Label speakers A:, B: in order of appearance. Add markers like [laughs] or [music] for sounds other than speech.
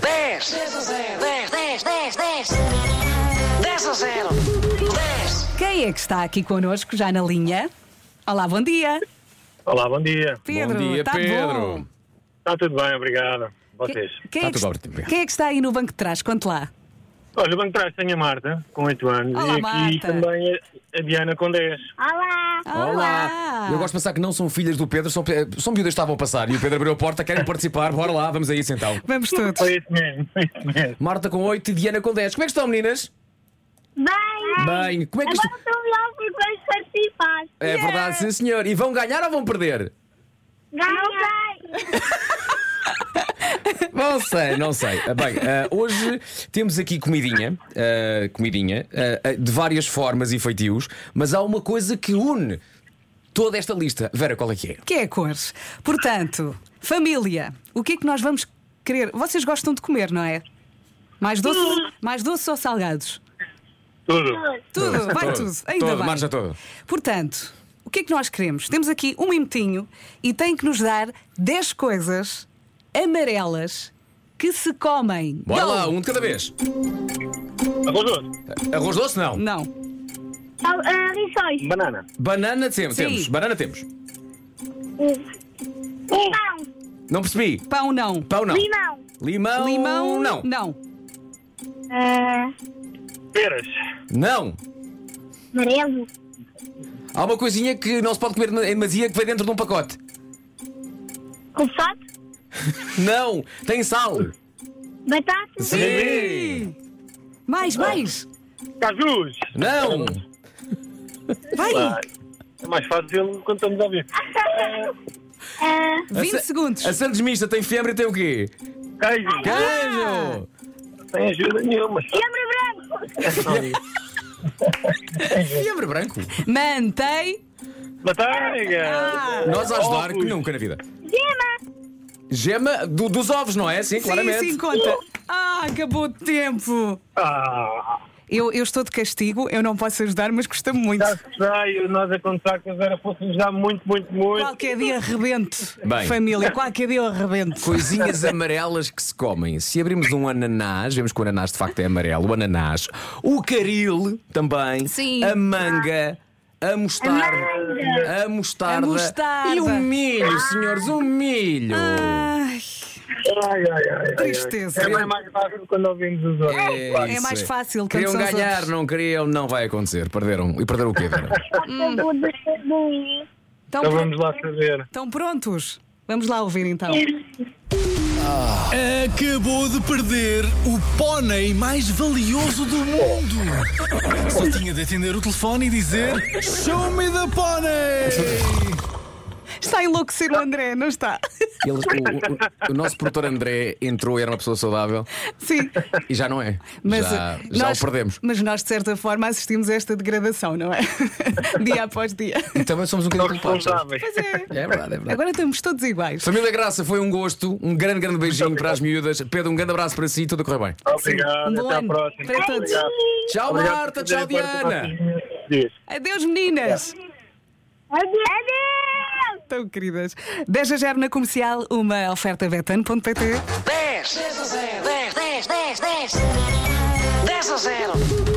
A: 10. 10 a 0. 10, 10, 10, 10. 10 a 0. 10.
B: Quem é que está aqui connosco já na linha? Olá, bom dia.
C: Olá, bom dia.
B: Pedro,
D: bom dia,
B: tá
D: Pedro.
B: bom?
C: Está tudo bem, obrigado. Vocês.
B: Que- Quem,
D: Tá
B: é que,
D: tudo ótimo, obrigado.
B: quem é que está aí no banco de trás? Conte lá.
C: Olha, o banco de trás tem a Marta, com 8 anos,
B: Olá,
C: e aqui
B: Marta.
C: também a, a Diana, com 10.
E: Olá!
B: Olá.
D: Eu gosto de pensar que não são filhas do Pedro, são, pe- são miúdas que estavam a passar e o Pedro abriu a porta, querem participar, bora lá, vamos a isso então.
B: Vamos todos.
C: Foi isso mesmo, foi isso mesmo.
D: Marta com 8 e Diana com 10. Como é que estão, meninas?
E: Bem!
D: Bem, como é que isto.
E: Agora estou melhor porque vamos participar.
D: É verdade, sim senhor. E vão ganhar ou vão perder?
E: Não sei!
D: Não sei, não sei. Ah, Bem, ah, hoje temos aqui comidinha, ah, comidinha, ah, ah, de várias formas e feitios, mas há uma coisa que une toda esta lista. Vera, qual é que é?
B: Que é a cor. Portanto, família, o que é que nós vamos querer? Vocês gostam de comer, não é? Mais doce, mais doce ou salgados?
C: Tudo.
B: Tudo, vai tudo. Ainda
D: todo,
B: bem.
D: marcha toda.
B: Portanto, o que é que nós queremos? Temos aqui um minutinho e tem que nos dar 10 coisas amarelas que se comem.
D: Bora
B: Go!
D: lá, um de cada vez.
C: Arroz doce,
D: Arroz doce, não.
B: Não.
E: Oh, ah, Lições!
C: banana,
D: Banana temos,
B: Sim.
D: temos. Banana temos.
E: Um. Pão!
D: Não percebi.
B: Pão não.
D: Pão não.
E: Limão!
D: Limão.
B: Limão
D: não.
B: Não.
E: Ah,
C: peras,
D: Não.
E: amarelo!
D: Há uma coisinha que não se pode comer em demasia que vai dentro de um pacote.
E: Culpado!
D: Não. Tem sal.
E: Batata!
D: Ah.
B: Mais, mais.
C: cajus.
D: Não.
B: Vai.
C: Ah, É mais fácil quando estamos ao vivo.
E: Ah,
B: 20 segundos.
D: A Santos Mista tem febre e tem o quê?
C: Queijo,
B: Ah!
D: Queijo.
C: sem
B: [laughs]
C: ajuda nenhuma.
E: Lembra branco!
D: Febre branco.
B: Mantém.
C: Batanga,
B: Ah. É
D: Nós a ajudar
C: Ovos.
D: que nunca na vida.
E: Gema!
D: Gema do- dos ovos, não é? Sim, claramente. Uh!
B: Sim, sim, conta. Ah, acabou o tempo.
C: ah,
B: Eu, eu estou de castigo, eu não posso ajudar, mas custa-me muito.
D: Tá.
C: já sei, nós a contar que a Vera fosse já muito, muito, muito.
B: Qualquer dia arrebento,
D: Bem.
B: família, qualquer dia eu arrebento.
D: Coisinhas amarelas que se comem. Se abrimos um ananás, vemos que o ananás de facto é amarelo, o ananás, o caril também,
B: Sim.
D: a manga, a mostarda, a mostarda,
B: A mostarda. Ah.
D: e o milho, senhores, o milho.
B: Ai,
C: Ai, ai, ai, ai, ai.
B: Tristeza.
C: É bem mais fácil quando ouvimos os outros.
B: É
D: isso.
B: mais fácil quando
D: Queriam
B: são os
D: ganhar,
B: outros.
D: não queriam, não vai acontecer. Perderam. E perderam o
B: [laughs]
D: quê, Vera? Hum.
E: Acabou de saber!
B: estão,
D: Tá
C: Então
B: pro-
C: vamos lá saber.
B: estão prontos? Vamos lá ouvir então.
F: Acabou de perder o pônei mais valioso do mundo. Só tinha de atender o telefone e dizer: Show me the pônei!
B: Está a enlouquecer o André, não está? [laughs]
D: Eles- o, o- o nosso produtor André entrou e era uma pessoa saudável
B: Sim.
D: e já não é. já,
B: eh,
D: já
B: nós-
D: o perdemos.
B: Mas nós, de certa forma, assistimos a esta degradação, não é? [laughs] dia após
D: [laughs]
B: dia.
D: E também somos um
C: São
D: bocadinho culpados. sabes?
C: responsáveis.
B: Pois é.
D: É verdade, é verdade.
B: Agora estamos todos iguais.
D: Família Graça, foi um gosto, um grande, grande beijinho para as miúdas. Pedro, um grande abraço para si e tudo a correr bem.
C: Obrigado,
B: Um bom
C: até à
B: ano
C: próxima.
B: para todos.
C: Obrigado.
D: Tchau,
C: Obrigado
D: Marta,
C: por fazerem
D: tchau,
C: parte da
D: Diana.
C: nossa- Diz.
B: Adeus, meninas.
E: Adeus! Adeus!
B: Tão queridas. 10 a 0 na comercial, uma oferta betano.pt.
A: 10. 10 a 0. 10, 10, 10, 10. 10 a 0.